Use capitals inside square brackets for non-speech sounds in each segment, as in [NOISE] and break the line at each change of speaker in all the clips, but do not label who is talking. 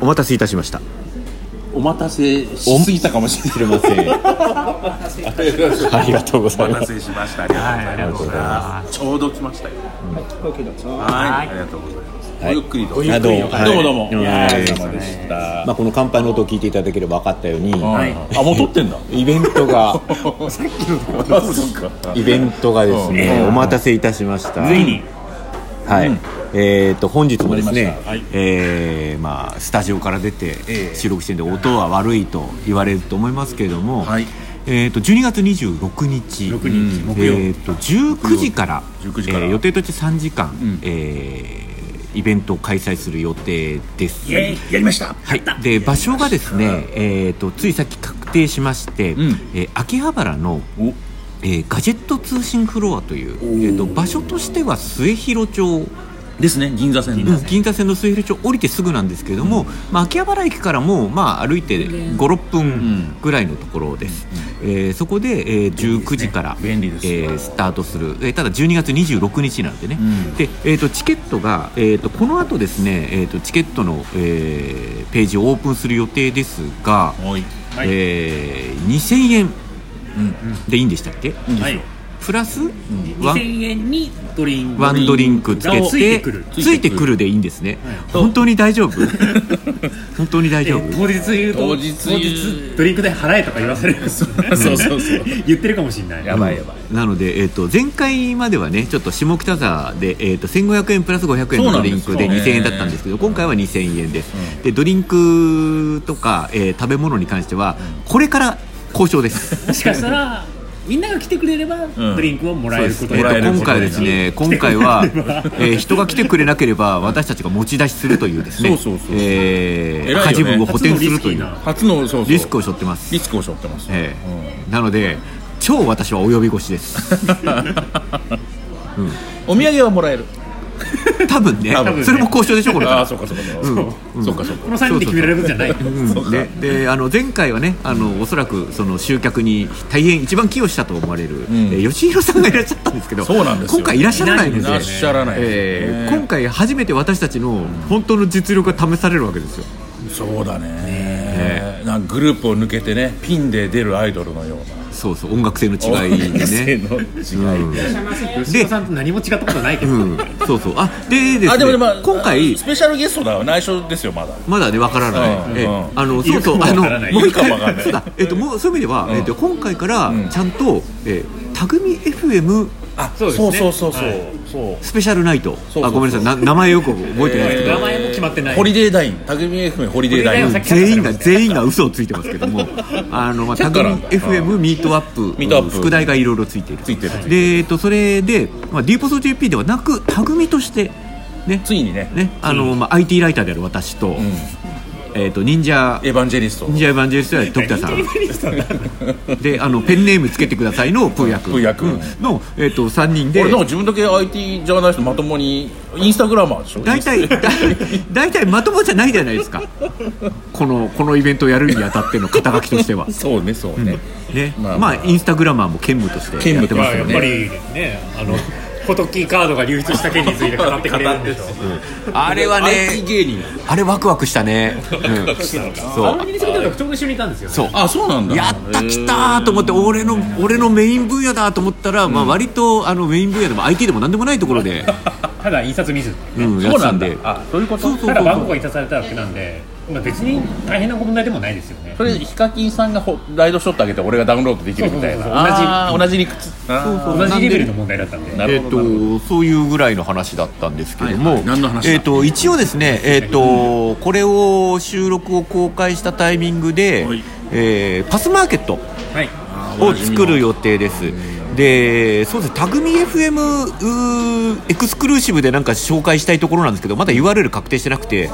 お待たせいたしました
お待たせしすぎたかもしれません
ありがとうご
お
ざい
待
ま
た
す
せしましたありがとうございますちょうど来ましたよはいありがとうございますごゆっくりどうぞ
あどうも
どうもどうも
はい
いやーお疲れ様でし
まあ、この乾杯の音を聞いていただければ分かったように、
たあもう撮ってんだ
イベントがイベントがですね、お待たせいたしました
ついに
はい、えー、と本日もですね
乗りましたはい
えーまあ、スタジオから出て、収録してるんで音は悪いと言われると思いますけれども、
はい
えー、と12月26日
6日
うん
木曜
えー、と19時から
19時から
えー予定として3時間、えーイベントを開催する予定です。
イエイやりました
はい、で場所がですね、えー、とついさっき確定しまして、
ん
えー秋葉原の、
お
えーガジェット通信フロアという、えー、と場所としては末広町
ですね銀座線
うん銀座線の末広町降りてすぐなんですけれども、まあ、秋葉原駅からも、まあ、歩いて56分ぐらいのところです、えーそこで、えー19時から、
便利ですね
えースタートする、えーただ12月26日なのでね、でえー、とチケットが、えー、とこの後ですね、えー、とチケットの、えーページをオープンする予定ですが、
はい
えー2000円でいいんでしたっけ、
はい
プラスワン
2000円にドリンク
ワンドリンクつけて
ついてくる
ついてくるでいいんですね、本当に大
[LAUGHS]
丈夫本当に大
で
丈夫
当日言うと
当日言う
ドリンク代払えとか言わせるそう
そうそうそう
[LAUGHS] 言ってるかもしれない
やばいやばい
なので、えー、と前回まではねちょっと下北沢で、えー、と1500円プラス500円のドリンクで
そうなんです
2000
よ
円だったんですけど今回は2000円です、でドリンクとか、えー食べ物に関してはこれから交渉です
もしかしたらみんなが来てくれればドリンクをもらえること
え
にな
ー
る
と
かも
今
しれな
回
い
ですね、今回は、えー人が来てくれなければ、私たちが持ち出しするというですね、
そうそうそうそう
えー
偉いよね
家事分を補填すると
初のリスキ
い
ー
う
な
初のそうそう
リスクを背負ってます。
リスクを背負ってます
ええなので超私はお呼び越しです
[LAUGHS] お土産はもらえる
多分ね
多分ね
それも交渉でしょこれか
ああ
ら
そうかそうかそうかそう
こ
か
の3人で決められることじゃない [LAUGHS]
うん、でであの前回はねあのおそらくその集客に大変一番寄与したと思われる、えー吉弘さんがいらっしゃったんですけど
[LAUGHS] そうなんですよ
今回いらっしゃらないので
いらっしゃらないですよね
えー今回初めて私たちの本当の実力が試されるわけですよ
そうだねなんかグループを抜けてねピンで出るアイドルのような
そうそう音楽性の違いでね、
性の違い
吉野さんと何も違ったことないけど
うん、そうそうあでです、ね、
あでもねまあ
今回
スペシャルゲストだは内緒ですよまだ
まだねわからない、
うん
ええ
うん
あのそうそう
いる
あ
かも
の
わからない
もう一回
いるかもわからない
そうだえっともうそういう意味では、えっと今回からちゃんと、えー、タグミ FM
あ
そうですね
そうそうそうそうそう
スペシャルナイト
そう
あごめんなさいな名前よく覚えてないですけ
名
ど、
前も決まってない
ホリデーダイン匠 FM ホリデーダイ
ホ
ン
リデーダ
全員が
イン
全員が嘘をついてますけど
[LAUGHS]
もあのまあ
さ
タ
っき
グ
から
ミ FM ミートアップ
ミートアップ
宿題がいろいろついている
ついてる
でえっとそれでまあ D ポス GP ではなくタグミとしてね
ついにね
ねあのまあ IT ライターである私と、えっと忍者
エヴァンジェリスト
忍者エヴァンジェリストや時田さんであのペンネームつけてくださいのプーヤ君
プーヤ
う
君
んの、えっと3人で
俺なんか自分だけ IT じゃない人まともにインスタグラマーでしょ
大体だ大体まともじゃないじゃないですかこのこのイベントをやるにあたっての肩書きとしては、
そうねそうね
ねま
ま
あ
あまあ
インスタグラマーも兼務としてやって
ま
ま
あ
す
や
よ
っ
ね
ぱりねあ [LAUGHS] のフォトキーカードが流出した件について語ってくれるんでしょ
あれはね
IT 芸人
あれワクワクしたね、うん、そう
番組にする時は一緒にいたんですよね
そう
あそうなんだ
やったきたーと思って俺の俺のメイン分野だと思ったら、まあ割とあのメイン分野でも IT でも何でもないところで、
ただ印刷ミス
うん、やっ
[LAUGHS]
てた
そうなんんだ
で
あそういうこと
そうそう
ただ番号が印刷されたわけなんで、まあ、別に大変な問題でもないですよね
それヒカキンさんがほライドショット上げて俺がダウンロードできるみたい
そうそうそう
なあー同じ理屈
同じレベルの問題だったんで
な
え
る
っ
ほどなるほど
とそういうぐらいの話だったんですけども、
はいはい何の話だ
えっと一応ですね、えっとこれを収録を公開したタイミングで、
はい
えーパスマーケット
はい
を作る予定です。でそうですね、タグミ FM うーエクスクルーシブでなんか紹介したいところなんですけどまだ URL 確定してなくて、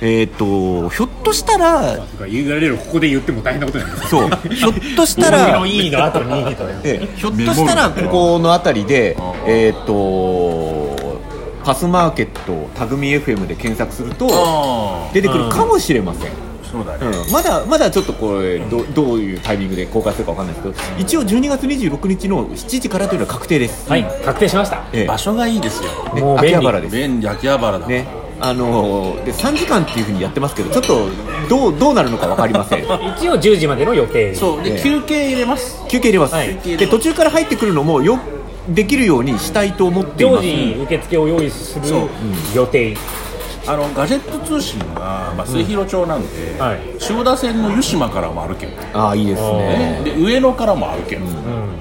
えっとひょっとしたら
とか URL をここで言っても大変なことになります
そうひょっとした
[LAUGHS]
ら
のいいの後にいいとか
ええひょっとしたらここの辺りで、えー、とパスマーケットタグミ FM で検索すると
あ
出てくるかもしれません、
ーそうだね
うんまだまだちょっとこれどどういうタイミングで公開するかわかんないですけど一応12月26日の7時からというのは確定です、
はい確定しました
ええ
場所がいいですよ
ね
もう
秋
便利
葉原です
便利秋葉原だ
ねあので3時間っていうふうにやってますけどちょっとどうどうなるのか分かりません
一応10時までの予定
そうで、
ええ
休憩入れます
休憩入れます、
はい
で途中から入ってくるのもよできるようにしたいと思ってい
常
ます
時に受付を用意する
そううん
予定
あのガジェット通信が、まあ、末広町なんで、
はい
千代田線の湯島からも歩ける、
ああいいですね
で上野からも歩ける、
もう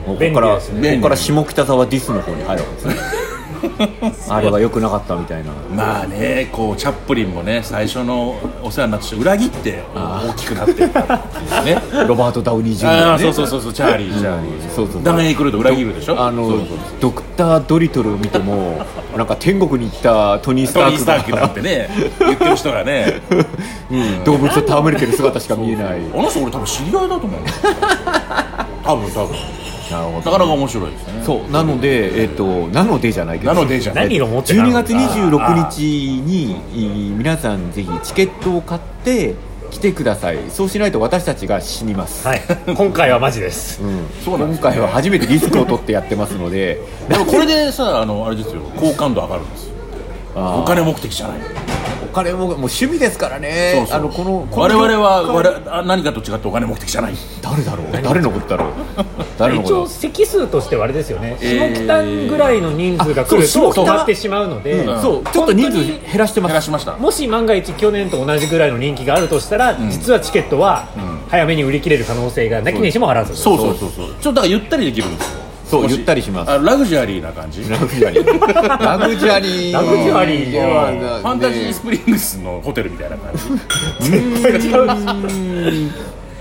こ
便
こか
利
ら、
ですね
ここから下北沢ディスの方に入るんですね [LAUGHS] あれは良くなかったみたいな
まあねこうチャップリンもね最初のお世話になって裏切って大きくなって
[LAUGHS]
るからね
ロバート・ダウニー・ジュニ
あ
ア
あ
ね
そうそうそうそうチャーリーチャーリー
そうそう
ダメに来ると裏切るでしょ
あのドクター・ドリトルを見てもなんか天国に行ったトニー・スタ
ト
ー
ニー・
ク
スタ
が
ークなんてね言ってる人がね
[LAUGHS] うん動物と戯れてる姿しか見えない
あの人俺多分知り合いだと思うよ多分多分
なるほ
なかなか面白いですね
そうなのでえっ、となのでじゃないけど
なのでじゃない
何が持ってた
12
のか
月26日にい皆さんぜひチケットを買って来てくださいそうしないと私たちが死にます、
はい今回はマ
[LAUGHS]
ジです
うん
そうなんですね
今回は初めてリスクを取ってやってますので
でもこれでさあのあれですよ好感度上がるんですよ
あー
お金目的じゃない
お金ももう趣味ですからね
そうそう
あのこのこ
我
の
々は我あ何かと違ってお金目的じゃない
誰だろう誰のことだろう誰のこ
一
と
応席数としてはあれですよね
え
下
ー
北ぐらいの人数が来る
あそう下北
と止まってしまうので
ん
そうちょっと人数減らしてま
減
す
らしました
もし万が一去年と同じぐらいの人気があるとしたら実はチケットは早めに売り切れる可能性がなきにしもあらず
そうそうそうそうちょっとだからゆったりできるんですよ
そう
少
ゆったりします
あラグジュアリーな感じフ
ラグジュアリーラグジュアリー
ラグジュアリーでは
うん
ァンタジースプリングスのホテルみたいな感
絶対違う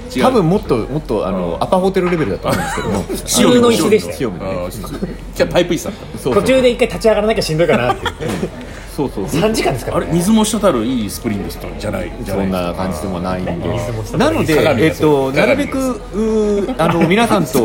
じ違う
多分もっともっとあのアパホテルレベルだと思うんですけども
普通の石でしたよ
塩見
あ
ね
ーじゃあパイプ椅子だっ
そうそ
途
う
中で一回立ち上がらなきゃしんどいかなっていう
そうそう
3時間ですか
たあ
ら
れ
ね
水も滴るいいスプリングスとじゃないじゃ
そ
ない
んな感じでもないんで
水も下
なので
鏡
えっとなるべくうーあの皆さんとお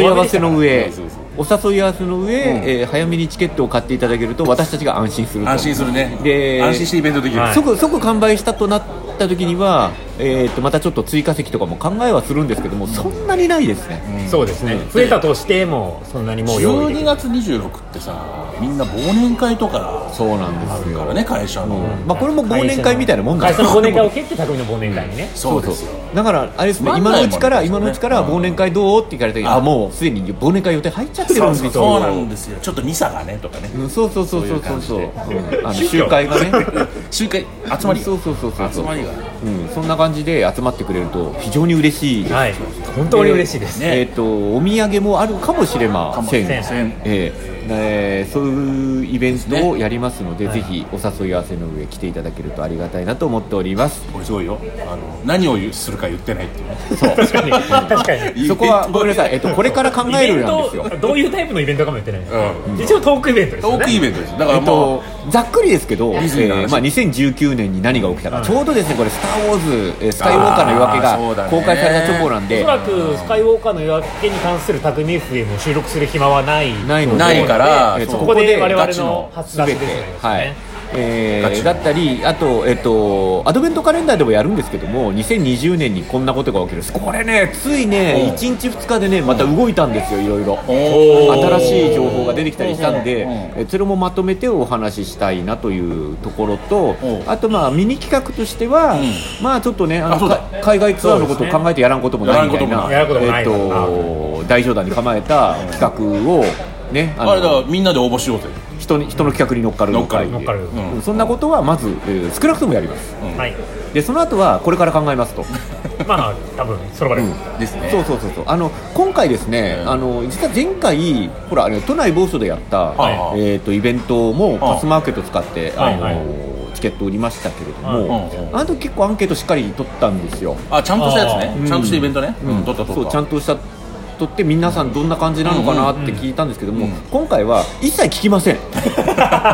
誘い合わせの上
そうそう
お誘い合わせの上えー早めにチケットを買っていただけると私たちが安心すると
安心するね
で
安心してイベントできる、
はい
即即完売したとなった時にはえっとまたちょっと追加席とかも考えはするんですけどもそんなにないですね
そうですね増えたとしてもそんなにもう用意
12
できない
月26ってさみんな忘年会とか
そうなんです
だ
よ
からね会社の、
まあこれも忘年会みたいなもんなん
会
です
社
よ
の忘年会を蹴って匠の忘年会にね
そうですよ
だからあれですね
つまん
今
な
の
いう
ちから
もんね
今のうちから忘年会どうって聞かれた時
ん
あもうすでに忘年会予定入っちゃってるんですよ
そうなんですよちょっとミサがねとかね
うんそうそうそうそうそうそううんあの集会がね
集会集まりが
そうそうそうそう
集まりが
うんそんな感じで集まってくれると非常に嬉しいです
はい本当に嬉しいです
えっとお土産もあるかもしれません
かもしれ
ま
えええーそういうイベントをやりますのでぜひお誘い合わせの上来ていただけるとありがたいなと思っております
これすごいよあの何をするか言ってないっていうね
確かに確かに
そこはごめんなさいえっとこれから考え
イベ
る
ン
なんですよ
トどういうタイプのイベントかも言ってない、
う
一応トークイベントです
ト
よ
ークイ
ね
ベントですよだから
えっ
も
と、ざっくりですけど、え
ィズニーの話
ーまあ、2019年に何が起きたか、
はい
ちょうどですねこれ「スター・ウォーズ」えー「スカイウォーカーの夜明け」
あーそうだ
が
ね
公開された直後なん
お
で
そらくスカイウォーカーの夜明けに関する匠 FM を収録する暇はない
ないの
う
で
ないから
えっと
そう
ここで我
ガ
々
チの
の初
全
出してですね
はいえ
ガチ
ー、
の
だったりあと、えっと、アドベントカレンダーでもやるんですけども2020年にこんなことが起きるんですこれねついね
うん
1日2日でねまた動いたんですよいろいろ
おー
新しい情報が出てきたりしたんで
うん
えそれもまとめてお話ししたいなというところと
おう
あとまあミニ企画としては
う
まあちょっとねあ
あ
の
そうだ
か海外ツアーのことを考えてやらんこともないみたいな
やらんこともな
え
い
っと大冗談に構えた企画をねあ
う
の
あれだからみんなで応募しようぜ
人に人の企画に乗っかる
乗っかる
の
乗っかる
会でうんそんなことはまず、えー少なくともやります
はい
でその後はこれから考えますと
まあ多分その場で、
ですね
そうそうそうそうあの今回ですね、
うん
あの実は前回ほらあれ都内某所でやった、
は
え
い
ー、とイベントもパスマーケット使って、
はい
あの
はい
チケット売りましたけれども、
はいうん
あの時結構アンケートしっかり取ったんですよ、
あちゃんとしたやつ
あー
ねちゃんとしたイベントねうん取った取
そ
っ
う
た
ちゃんとした取って皆さんどんな感じなのかなって聞いたんですけども、今回は一切聞きませ
[LAUGHS]
ん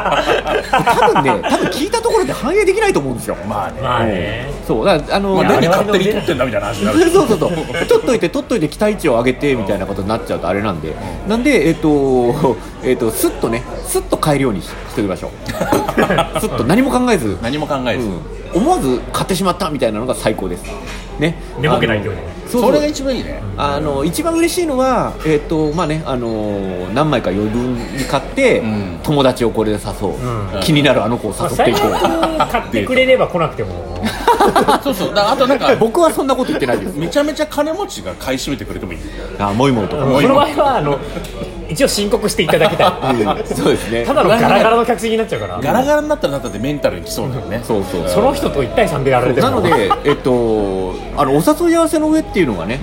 多分ね多分聞いたところで反映できないと思うんですよ
まあね
まあね
そうだからあの、
まあ
いや
何
でも
勝手に撮ってんだみたいな話になる
そう [LAUGHS] そうそう取っといて取っといて期待値を上げてみたいなことになっちゃうとあれなんでなんでえっ、と [LAUGHS] えっ、とスッとねスッと変えるようにししておきましょう
[LAUGHS]
スッと何も考えず、
[LAUGHS] 何も考えず
うん思わず買ってしまったみたいなのが最高ですね
寝ぼけないように
あの
そ
そうそう
れが一番いいね [LAUGHS]
あの一番嬉しいのは、えっとまあねあの何枚か余分に買って、
うん
友達をこれで誘う、
う
気になるあの子を誘
まあ、
って
最
いこう、
悪買ってくれれば来なくても
そうそうだからあとなんか
僕はそんなこと言ってない
[LAUGHS]
です
めちゃめちゃ金持ちが買い占めてくれてもいい
あもいもいと
あ
か
[LAUGHS] のその場合はあの一応申告していただきたい
そうですね
ただのガラガラの客席になっちゃうから
ガラガラになったらなったでメンタルにきそうだよね
そうそう
その人と1対3でやられても
[LAUGHS] なので、えっと、あのお誘い合わせの上っていうのがね、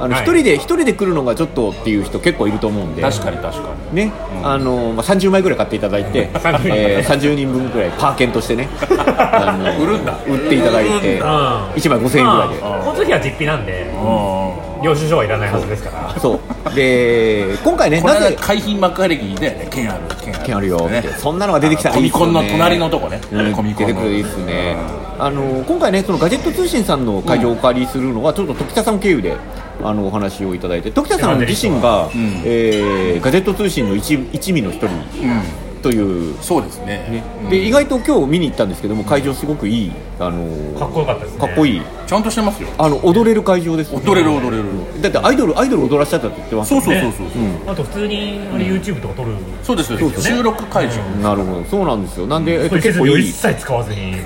あの
はい
一人で一人で来るのがちょっとっていう人結構いると思うんで、
確かに確かに
ね、あのまあ30枚ぐらい買っていただい
[LAUGHS]
て、えー30人分ぐらいパーケンとしてね、あの
売るんだ
売っていただいて、
売るん
だ
1枚5000円ぐらいで。
まあこの時は実費なんで
こ
領収書はいらないはずですから
そうで今回ね、
の
な
間
ぜ
海浜幕張駅で剣ある剣ある
券あるよって、
ね
そんなのが出てきたら
コ
いい
ミ
っす
コ
よ
ンの
ね
隣のとこね
うん
コミコン
出てく
の
るいいですね、あの今回ねそのガジェット通信さんの会場をお借りするのは、ちょっと時田さん経由であのお話をいただいて時田さん自身が、
ん
えーガジェット通信の一一味の一人
うん
という、
そうですね
ねで意外と今日見に行ったんですけども会場すごくいいあの
かっこよかったですね
かっこいい
ちゃんとしてますよ
あの踊れる会場です、
踊れる踊れる
だってアイドルアイドル踊らしちゃったって言ってます
そうそうそうそう
あと普通にあれ YouTube とか撮る
そうですそうです収録会場
なるほどそうなんですよなんで、えっと、
結
結
構
構い
一
い
切使わずに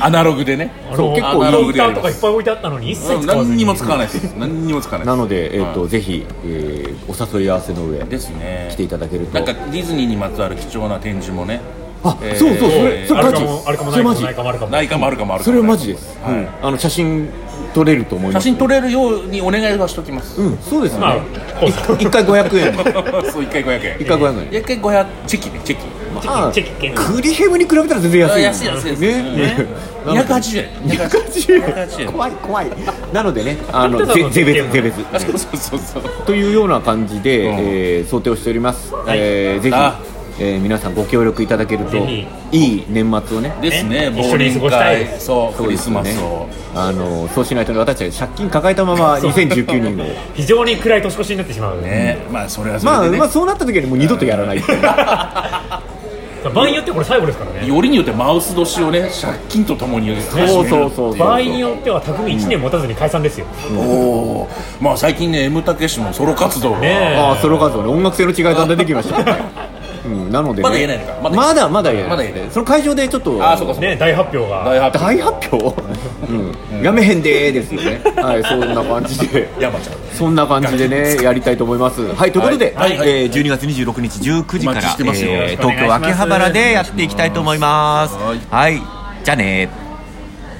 アナログでね
あ
そう
の
結構
アナログで
や
や
り
り
ます
ますとかいっぱい置いてあったのに一
う
切
ん
使わ
何
ずに
にも使わないです何にも使わない
なので、えっと
はい
ぜひ、えーお誘い合わせの上
ですね
来ていただけると
なんかディズニーにまつわる貴重な展示もね
あ、
えー
そうそう、そ
え
れ、
ー
それ
あ
マ
る
ジ
かもあるかも
そ
な
れマジ
いかもないかもあるか
ないかもあるかもある
も
か
そ
も
れマジです。
は
う
い
んあの写真撮れると思い
写
ます。
真撮れるようにお願いはしときます
うん、そうですね
まあ。
い一回五百
[LAUGHS]
円。
そう1
一回
回500円
五百円。
一回500チェキねチェキ
まあ
チェキチェキ券
クリヘムに比べたら全然安い。
安い安い安い
ね
うん。
ね
280円
280
280円
怖い怖い。なので
[LAUGHS]
ね、あの
本当だ
ぜ税別税別
あそうそうそうそう
というような感じで
うん
えー想定をしております。
い
えーぜひ
あ
えー皆さんご協力いただけると
ぜ
いい年末をね。
ですね
一緒に過ごしたいです
忘年
そう
会そうク
で
リ
す
ス
よ
マ
ね
スを
あのそうしないとね私たち借金抱えたま
[LAUGHS]
ま2019年を。
非常に暗い年越しになってしまうね
ねまあそれはそ
まあ、
れで
まあ
ね
そうなった時にもう二度とやらない
[LAUGHS]
っていう
場合によってこれ最後ですからね
よりによってマウス年をね借金とともに
そうそうそうそう
場合によっては匠1年持たずに解散ですよ
おおまあ最近ね M たけしもソロ活動が
ね
ああソロ活動ね音楽性の違いが出てきました
[LAUGHS]
ね、うん、なので、ね、
まだ言えないのかま
ま
だ
だ
言え
まだ言えない
まだ言えない
その会場でちょっと
ああそうかそうか
ね大発表
大
が
発
大発
[LAUGHS]
表、うん、やめへんでーですよねはいそんな感じ
[LAUGHS]
で
山ちゃん
そんな感じでねやりたいと思いますはいということで、
はいはい
えー、12月26日19時
お
か
待ち
ら
してますよ
えー
よろ
東
しくお願いします
京秋葉原でやっていきたいと思います
お願いし
はいじゃあねー